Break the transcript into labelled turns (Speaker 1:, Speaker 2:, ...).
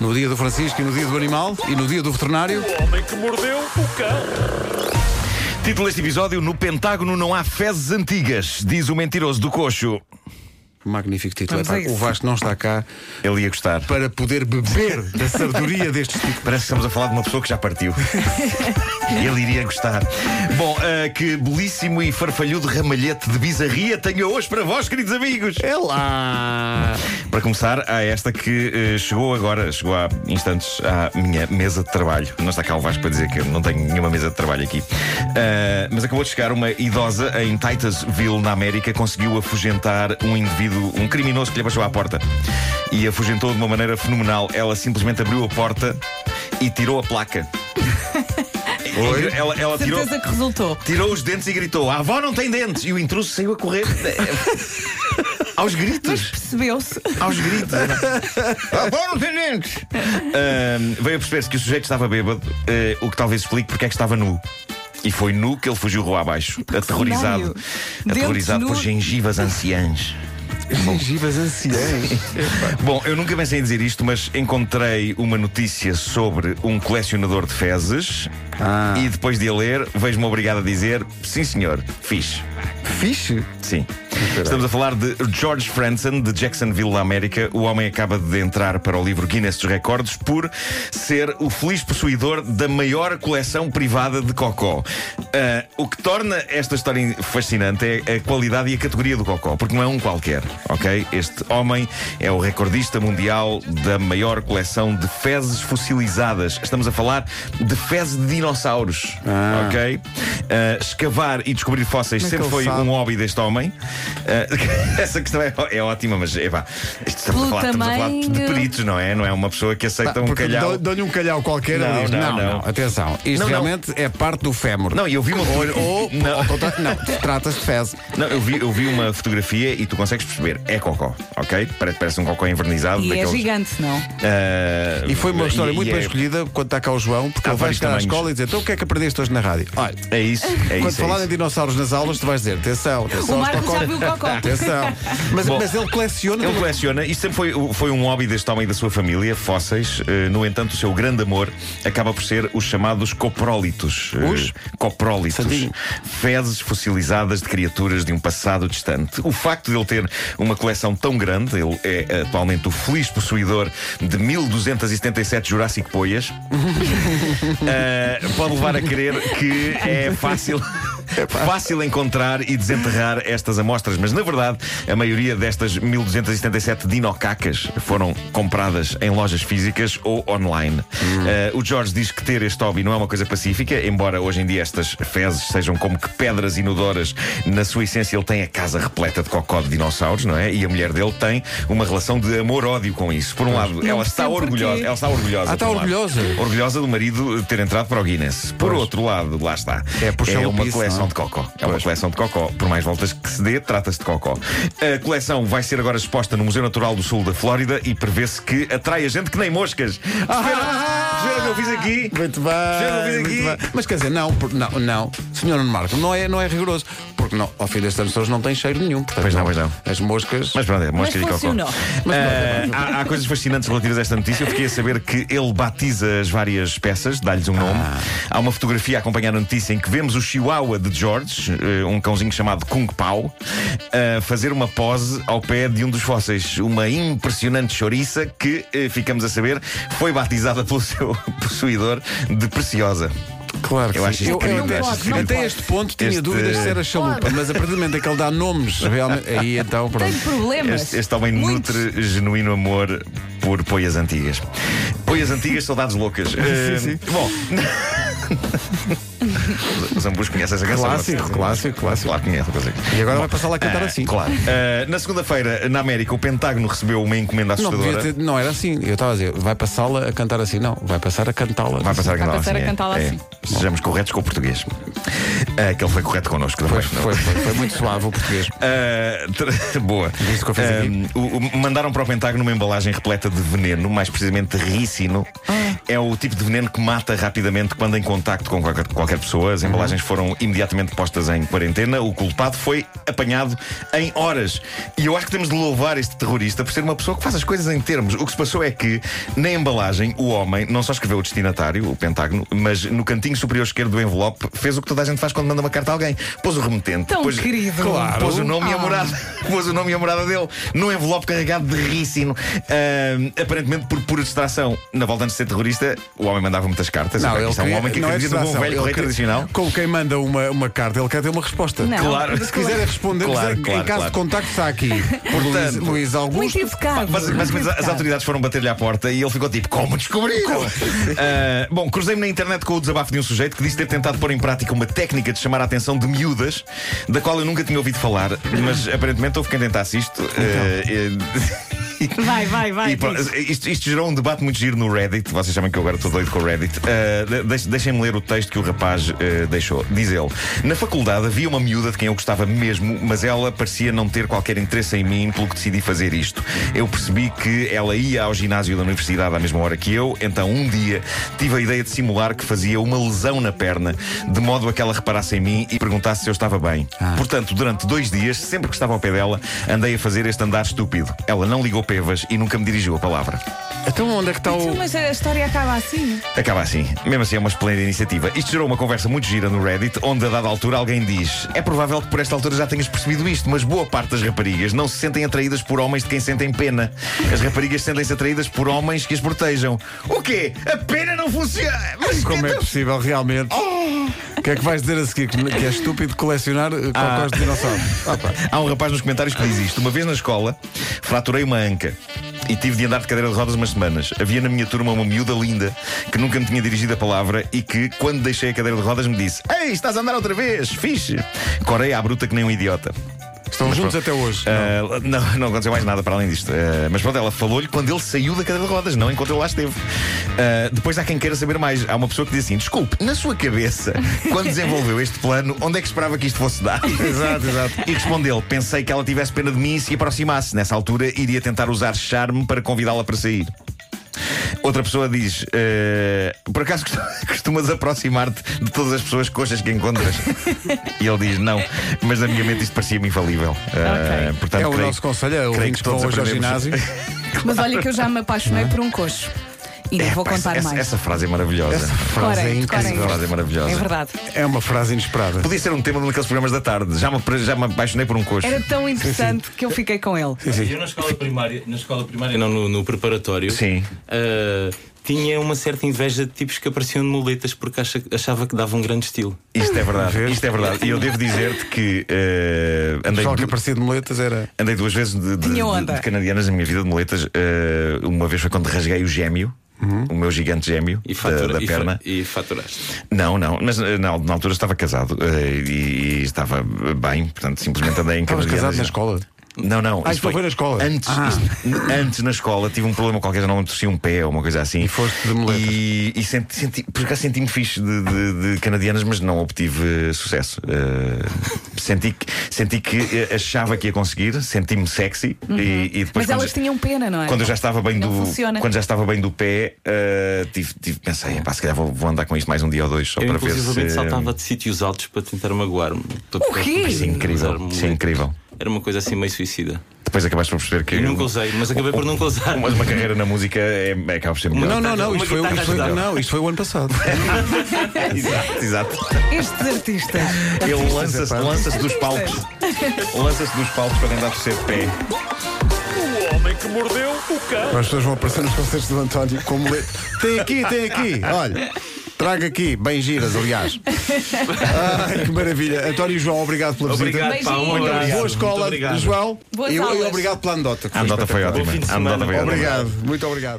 Speaker 1: No dia do Francisco e no dia do animal e no dia do veterinário.
Speaker 2: O homem que mordeu o cão.
Speaker 3: Título deste episódio: No Pentágono não há fezes antigas, diz o mentiroso do coxo.
Speaker 1: Magnífico título.
Speaker 4: Vamos
Speaker 1: Epá,
Speaker 4: a isso.
Speaker 1: o Vasco não está cá
Speaker 3: Ele ia gostar.
Speaker 1: para poder beber da sabedoria deste tipo.
Speaker 3: Parece que estamos a falar de uma pessoa que já partiu. Ele iria gostar. Bom, ah, que belíssimo e farfalhudo ramalhete de bizarria tenho hoje para vós, queridos amigos.
Speaker 1: É lá!
Speaker 3: Para começar, há esta que eh, chegou agora, chegou há instantes à minha mesa de trabalho. Não está cá o Vasco para dizer que eu não tenho nenhuma mesa de trabalho aqui. Ah, mas acabou de chegar uma idosa em Titusville, na América, conseguiu afugentar um indivíduo, um criminoso que lhe abaixou à porta. E afugentou de uma maneira fenomenal. Ela simplesmente abriu a porta e tirou a placa. Oi? Ela, ela tirou.
Speaker 4: Certeza que resultou.
Speaker 3: Tirou os dentes e gritou: A avó não tem dentes! E o intruso saiu a correr. eh, Aos gritos!
Speaker 4: Percebeu-se.
Speaker 3: Aos gritos. é Agora dentes! veio a perceber-se que o sujeito estava bêbado, ah, o que talvez explique porque é que estava nu. E foi nu que ele fugiu rua abaixo, aterrorizado.
Speaker 4: cenário. Dentes
Speaker 3: Aterrorizado por
Speaker 4: nus.
Speaker 3: gengivas anciãs.
Speaker 1: Gengivas anciãs.
Speaker 3: Bom, eu nunca pensei em dizer isto, mas encontrei uma notícia sobre um colecionador de fezes
Speaker 1: Ah.
Speaker 3: e depois de a ler, vejo-me obrigado a dizer: sim, senhor, fiz.
Speaker 1: Fixe.
Speaker 3: Sim. Estamos a falar de George Franson, de Jacksonville, na América. O homem acaba de entrar para o livro Guinness dos Recordes por ser o feliz possuidor da maior coleção privada de cocó. Ah, o que torna esta história fascinante é a qualidade e a categoria do cocó, porque não é um qualquer, ok? Este homem é o recordista mundial da maior coleção de fezes fossilizadas. Estamos a falar de fezes de dinossauros, ok? Ah, escavar e descobrir fósseis
Speaker 1: Como é que
Speaker 3: sempre
Speaker 1: ele
Speaker 3: foi
Speaker 1: sabe?
Speaker 3: um hobby deste homem. Ah, essa questão é, ó- é ótima, mas epá, isto estamos, a
Speaker 4: Pelo
Speaker 3: falar, estamos a falar de
Speaker 4: tamanho.
Speaker 3: peritos, não é? Não é uma pessoa que aceita um
Speaker 1: Porque
Speaker 3: calhau.
Speaker 1: dou- Dou-lhe um calhau qualquer
Speaker 3: Não,
Speaker 1: ele diz,
Speaker 3: não,
Speaker 1: não,
Speaker 3: não.
Speaker 1: Atenção, isto
Speaker 3: Não, não.
Speaker 1: realmente é parte do fémur.
Speaker 3: Não, eu vi uma
Speaker 1: Ou, ou-
Speaker 3: não,
Speaker 1: ao contrário, não, trata-se de fezes.
Speaker 3: não, eu, vi, eu vi uma fotografia e tu consegues perceber, é cocó, ok? Parece, parece um cocó envernizado.
Speaker 4: E é
Speaker 3: daqueles,
Speaker 4: gigante, não?
Speaker 3: ah,
Speaker 1: E foi uma história
Speaker 3: e-
Speaker 1: muito
Speaker 3: e
Speaker 1: bem
Speaker 3: é-
Speaker 1: escolhida quando está cá o João, porque
Speaker 3: Há
Speaker 1: ele vai
Speaker 3: vários
Speaker 1: chegar à
Speaker 3: tamanhos.
Speaker 1: escola e dizer: Então o que é que aprendeste hoje na rádio? Olha,
Speaker 3: É isso, é
Speaker 1: quando
Speaker 3: isso. é
Speaker 1: falarem
Speaker 3: isso.
Speaker 1: de dinossauros nas aulas, tu vais dizer: Atenção, atenção.
Speaker 4: O
Speaker 1: aos
Speaker 4: Marco já
Speaker 1: cocós."
Speaker 4: viu o cocó.
Speaker 1: Atenção. Mas,
Speaker 3: Bom,
Speaker 1: mas ele coleciona.
Speaker 3: Ele coleciona, isto sempre foi, foi um hobby deste homem e da sua família, fósseis. Eh, no entanto, o seu grande amor acaba por ser os chamados coprólitos. Eh,
Speaker 1: Os?
Speaker 3: coprólitos.
Speaker 1: Sandinho.
Speaker 3: Fezes fossilizadas de criaturas de um passado distante. O facto de ele ter uma coleção tão grande, ele é atualmente o feliz possuidor de 1277 Jurassic Poias, eh, pode levar a crer que é fácil. Fácil encontrar e desenterrar estas amostras, mas na verdade a maioria destas 1277 dinocacas foram compradas em lojas físicas ou online.
Speaker 1: Hum.
Speaker 3: Eh, o Jorge diz que ter este hobby não é uma coisa pacífica, embora hoje em dia estas fezes sejam como que pedras inodoras, na sua essência ele tem a casa repleta de cocó de dinossauros, não é? E a mulher dele tem uma relação de amor-ódio com isso. Por um lado, ela está
Speaker 4: percebo porquê.
Speaker 3: orgulhosa, ela está orgulhosa.
Speaker 1: Ah, está
Speaker 3: por um lado.
Speaker 1: orgulhosa.
Speaker 3: Orgulhosa do marido ter entrado para o Guinness. Por
Speaker 1: Pois.
Speaker 3: outro lado, lá está.
Speaker 1: É puxar o
Speaker 3: uma
Speaker 1: piso, não
Speaker 3: coleção
Speaker 1: é?
Speaker 3: de cocó. É uma coleção de cocó. Por mais voltas que se dê, trata-se de cocó. A coleção vai ser agora exposta no Museu Natural do Sul da Flórida e prevê-se que atrai a gente que nem moscas.
Speaker 1: Ah!
Speaker 3: Perceberam o que eu fiz aqui?
Speaker 1: Muito
Speaker 3: Já ouvi
Speaker 1: bem,
Speaker 3: aqui.
Speaker 1: muito bem. Mas quer dizer, não, por- não, não, senhor Nuno Marco, não é, não é rigoroso. Porque não, ao fim destes anos todos não tem cheiro nenhum. portanto,
Speaker 3: Pois não, pois não.
Speaker 1: As moscas.
Speaker 3: Mas pronto, é
Speaker 4: Mas
Speaker 3: moscas
Speaker 4: é
Speaker 3: e cocó.
Speaker 4: funcionou.
Speaker 1: Mas
Speaker 3: Ah, há, há coisas fascinantes relativas a esta notícia. Eu fiquei a saber que ele batiza as várias peças, dá-lhes um nome. Há uma fotografia a acompanhar a notícia em que vemos o Chihuahua de George, eh, um cãozinho chamado Kung Pao, a fazer uma pose ao pé de um dos fósseis. Uma impressionante chouriça que, eh, ficamos a saber, foi batizada pelo seu possuidor de Preciosa.
Speaker 1: Claro que
Speaker 3: Eu
Speaker 1: sim.
Speaker 3: acho isto incrível,
Speaker 1: até,
Speaker 3: acho isto
Speaker 1: até
Speaker 3: incrível.
Speaker 1: este ponto tinha
Speaker 3: Este-
Speaker 1: dúvidas se era chalupa, mas a partir do momento em que ele dá nomes, realmente. Aí então, pronto.
Speaker 4: Tem problemas.
Speaker 3: Este, é este homem
Speaker 4: Muitos.
Speaker 3: nutre genuíno amor por poias antigas. Poias antigas, saudades loucas. Eh,
Speaker 1: sim.
Speaker 3: Bom. Os ambos conhecem essa canção.
Speaker 1: Clássico,
Speaker 3: não é?
Speaker 1: clássico, clássico.
Speaker 3: Claro, que conhece, conhece.
Speaker 1: E agora vai passar lá a cantar
Speaker 3: Ah,
Speaker 1: assim.
Speaker 3: Claro. Eh, na segunda-feira, na América, o Pentágono recebeu uma
Speaker 1: Não,
Speaker 3: encomenda assustadora.
Speaker 1: devia ter- não era assim. Eu estava a dizer, vai passá-la a cantar assim. Não, vai passar a cantá-la.
Speaker 3: Vai passar a
Speaker 4: Vai
Speaker 3: cantar
Speaker 4: passar
Speaker 3: assim.
Speaker 4: a
Speaker 3: é.
Speaker 4: cantá-la
Speaker 3: É.
Speaker 4: assim.
Speaker 3: Sejamos corretos com o português. Eh, que ele foi correto connosco também.
Speaker 1: Pois,
Speaker 3: não é?
Speaker 1: foi, foi, foi muito suave o português.
Speaker 3: Ah, tra- boa.
Speaker 1: Viste o que eu fiz
Speaker 3: Ah,
Speaker 1: aqui?
Speaker 3: o- o- mandaram para o Pentágono uma embalagem repleta de veneno, mais precisamente de ricino, É o tipo de veneno que mata rapidamente quando em contacto com qualquer, qualquer pessoa.
Speaker 1: Uhum.
Speaker 3: As embalagens foram imediatamente postas em quarentena. O culpado foi apanhado em horas. E eu acho que temos de louvar este terrorista por ser uma pessoa que faz as coisas em termos. O que se passou é que, na embalagem, o homem não só escreveu o destinatário, o Pentágono, mas no cantinho superior esquerdo do envelope fez o que toda a gente faz quando manda uma carta a alguém. Pôs o remetente.
Speaker 4: Tão
Speaker 3: pôs,
Speaker 4: querido.
Speaker 1: Claro.
Speaker 3: Pôs o nome e a
Speaker 4: Ah.
Speaker 3: morada. Pôs o nome e a morada dele num envelope carregado de ricino. Ahm, aparentemente por pura distração. Na volta de ser terrorista, o homem mandava muitas cartas. Não,
Speaker 1: ele
Speaker 3: isto é um
Speaker 1: queria-
Speaker 3: homem que
Speaker 1: não é
Speaker 3: acredita num bom
Speaker 1: distração,
Speaker 3: velho
Speaker 1: ele
Speaker 3: correio
Speaker 1: queria-
Speaker 3: tradicional.
Speaker 1: Como quem manda uma, uma carta, ele quer ter uma resposta.
Speaker 4: Não.
Speaker 3: Claro.
Speaker 1: Se quiser é responder,
Speaker 3: Claro,
Speaker 1: se- em
Speaker 3: claro,
Speaker 1: caso
Speaker 3: claro.
Speaker 1: de contacto está aqui. Luís,
Speaker 3: Portanto-
Speaker 1: Luís Augusto.
Speaker 4: Muito educado.
Speaker 3: Mas, mas,
Speaker 4: muito
Speaker 3: mas as
Speaker 4: educado.
Speaker 3: autoridades foram bater-lhe à porta e ele ficou tipo: Como descobriram? Ah, bom, cruzei-me na internet com o desabafo de um sujeito que disse ter tentado pôr em prática uma técnica de chamar a atenção de miúdas, da qual eu nunca tinha ouvido falar, mas aparentemente houve quem tentasse isto.
Speaker 1: Então.
Speaker 3: Ah, eh,
Speaker 4: Vai, vai, vai. é
Speaker 3: E pronto,
Speaker 4: diz.
Speaker 3: isto, isto gerou um debate muito giro no Reddit. Vocês sabem que eu agora estou doido com o Reddit. Ah, de- deix- Deixem-me ler o texto que o rapaz ah, deixou. Diz ele: Na faculdade havia uma miúda de quem eu gostava mesmo, mas ela parecia não ter qualquer interesse em mim, pelo que decidi fazer isto. Eu percebi que ela ia ao ginásio da universidade à mesma hora que eu, então um dia tive a ideia de simular que fazia uma lesão na perna, de modo a que ela reparasse em mim e perguntasse se eu estava bem. Portanto, durante dois dias, sempre que estava ao pé dela, andei a fazer este andar estúpido. Ela não ligou pevas e nunca me dirigiu a palavra.
Speaker 1: Então onde é que está
Speaker 4: Então,
Speaker 1: o.
Speaker 4: Mas a história acaba assim.
Speaker 3: Acaba assim. Mesmo assim, é uma esplêndida iniciativa. Isto gerou uma conversa muito gira no Reddit, onde a dada altura alguém diz: É provável que por esta altura já tenhas percebido isto, mas boa parte das raparigas não se sentem atraídas por homens de quem sentem pena. As raparigas sentem-se atraídas por homens que as protejam. O quê? A pena não funciona! Mas
Speaker 1: Como é
Speaker 3: então-
Speaker 1: possível realmente?
Speaker 4: Oh!
Speaker 1: O que é que vais dizer a seguir? Que que é estúpido colecionar eh, cocós de dinossauro. Ah, pá.
Speaker 3: Há um rapaz nos comentários que diz isto. Uma vez na escola, fraturei uma anca e tive de andar de cadeira de rodas umas semanas. Havia na minha turma uma miúda linda que nunca me tinha dirigido a palavra e que, quando deixei a cadeira de rodas, me disse: Ei, estás a andar outra vez? Fixe! Corei à bruta que nem um idiota.
Speaker 1: Estão juntos até hoje.
Speaker 3: Ah, não. não, aconteceu mais nada para além disto. Ah, mas pronto, ela falou-lhe quando ele saiu da cadeira de rodas, não enquanto ele lá esteve. Ah, depois há quem queira saber mais. Há uma pessoa que diz assim: desculpe, na sua cabeça, quando desenvolveu este plano, onde é que esperava que isto fosse dar? exato, exato. E respondeu: pensei que ela tivesse pena de mim e se aproximasse. Nessa altura, iria tentar usar charme para convidá-la para sair. Outra pessoa diz: eh, Por acaso costu- costumas aproximar-te de todas as pessoas coxas que encontras? e ele diz: Não, mas na minha mente isto parecia-me infalível. Eh,
Speaker 4: Ok.
Speaker 3: portanto,
Speaker 1: É o
Speaker 3: creio-
Speaker 1: nosso conselho, é
Speaker 3: creio
Speaker 1: ouvintes
Speaker 3: que
Speaker 1: que vão
Speaker 3: todos
Speaker 1: hoje ao
Speaker 3: aprendemos.
Speaker 1: ginásio.
Speaker 4: Mas olha que eu já me apaixonei por um coxo. E não
Speaker 3: É,
Speaker 4: vou
Speaker 3: pá,
Speaker 4: contar
Speaker 3: essa,
Speaker 4: mais.
Speaker 3: Essa frase é maravilhosa.
Speaker 1: Essa frase é
Speaker 4: Corem,
Speaker 1: incrível.
Speaker 4: corem.
Speaker 3: Essa frase é maravilhosa.
Speaker 4: É verdade.
Speaker 1: É uma frase inesperada.
Speaker 3: Podia ser um tema de um daqueles programas da tarde. Já me, já me apaixonei por um coxo.
Speaker 4: Era tão interessante que eu fiquei com ele.
Speaker 5: Eu na escola primária, na escola primária não, no, no preparatório,
Speaker 3: Sim.
Speaker 5: ah, tinha uma certa inveja de tipos que apareciam de muletas porque acha- achava que dava um grande estilo.
Speaker 3: Isto é
Speaker 1: Vês?
Speaker 3: verdade. Isto é verdade. E eu devo dizer-te que eh,
Speaker 1: O
Speaker 3: andei
Speaker 1: pessoal que
Speaker 3: du-
Speaker 1: aparecia de moletas era.
Speaker 3: Andei duas vezes de, de-
Speaker 4: Tinha onda.
Speaker 3: de- de canadianas na minha vida, de moletas. Eh, uma vez foi quando rasguei o gêmeo, o meu gigante gêmeo
Speaker 5: Uhum. E,
Speaker 3: da,
Speaker 5: fatura,
Speaker 3: da
Speaker 5: e fa-
Speaker 3: perna.
Speaker 5: E, faturaste.
Speaker 3: Não, não, mas eh, na, na altura estava casado eh, e, e estava eh, bem, portanto simplesmente andei em
Speaker 1: Estavas casado
Speaker 3: canadianas. e
Speaker 1: na
Speaker 3: não-
Speaker 1: escola.
Speaker 3: Não, não.
Speaker 1: Ah,
Speaker 3: isto
Speaker 1: isto foi na escola.
Speaker 3: Antes,
Speaker 1: Ah.
Speaker 3: isto- n- antes na escola tive um problema qualquer, já não me torci um pé ou uma coisa assim. E
Speaker 1: foste de moletas.
Speaker 3: E, e senti, senti, por acaso senti-me fixe de, de- de canadianas, mas não obtive eh, sucesso. Eh, senti que, senti que eh, achava que ia conseguir, senti-me sexy e, e
Speaker 4: Uhum.
Speaker 3: depois.
Speaker 4: Mas
Speaker 3: quando
Speaker 4: elas
Speaker 3: já-
Speaker 4: tinham pena, não é?
Speaker 3: quando eu já estava bem
Speaker 4: Não
Speaker 3: do
Speaker 4: funciona.
Speaker 3: quando já estava bem do pé eh, tive, tive- pensei "Epá, se calhar vou, vou andar com isto mais um dia ou dois só
Speaker 5: Eu
Speaker 3: para ver
Speaker 5: inclusivamente
Speaker 3: se
Speaker 5: saltava de sítios altos para tentar magoar-me.
Speaker 4: O quê?
Speaker 3: Isso é incrível isso é incrível
Speaker 5: Era uma coisa assim meio suicida.
Speaker 3: depois acabaste por perceber que
Speaker 5: Eu nunca usei, mas acabei por nunca usar.
Speaker 3: uma, uma carreira na música é, é acaba por ser melhor
Speaker 1: Não, não, não.
Speaker 5: Uma
Speaker 1: Isto foi, um,
Speaker 5: guitarra
Speaker 1: isto foi-
Speaker 5: ajudava.
Speaker 1: não, isto foi o ano passado.
Speaker 3: exato exato
Speaker 4: Estes artistas.
Speaker 3: Ele lança-se
Speaker 1: é pá.
Speaker 3: lança dos palcos. Lança-se dos palcos para tentar torcer de pé.
Speaker 2: O homem que mordeu o cão.
Speaker 1: As pessoas vão aparecer nos concertos do António com muleta. Tem aqui, tem aqui, olha. Traga aqui, bem giras, aliás. Ai, que maravilha. António e João, obrigado pela visita.
Speaker 5: Obrigado, pá, um
Speaker 4: Beijinhos.
Speaker 5: abraço.
Speaker 1: Boa
Speaker 5: Muito
Speaker 1: escola,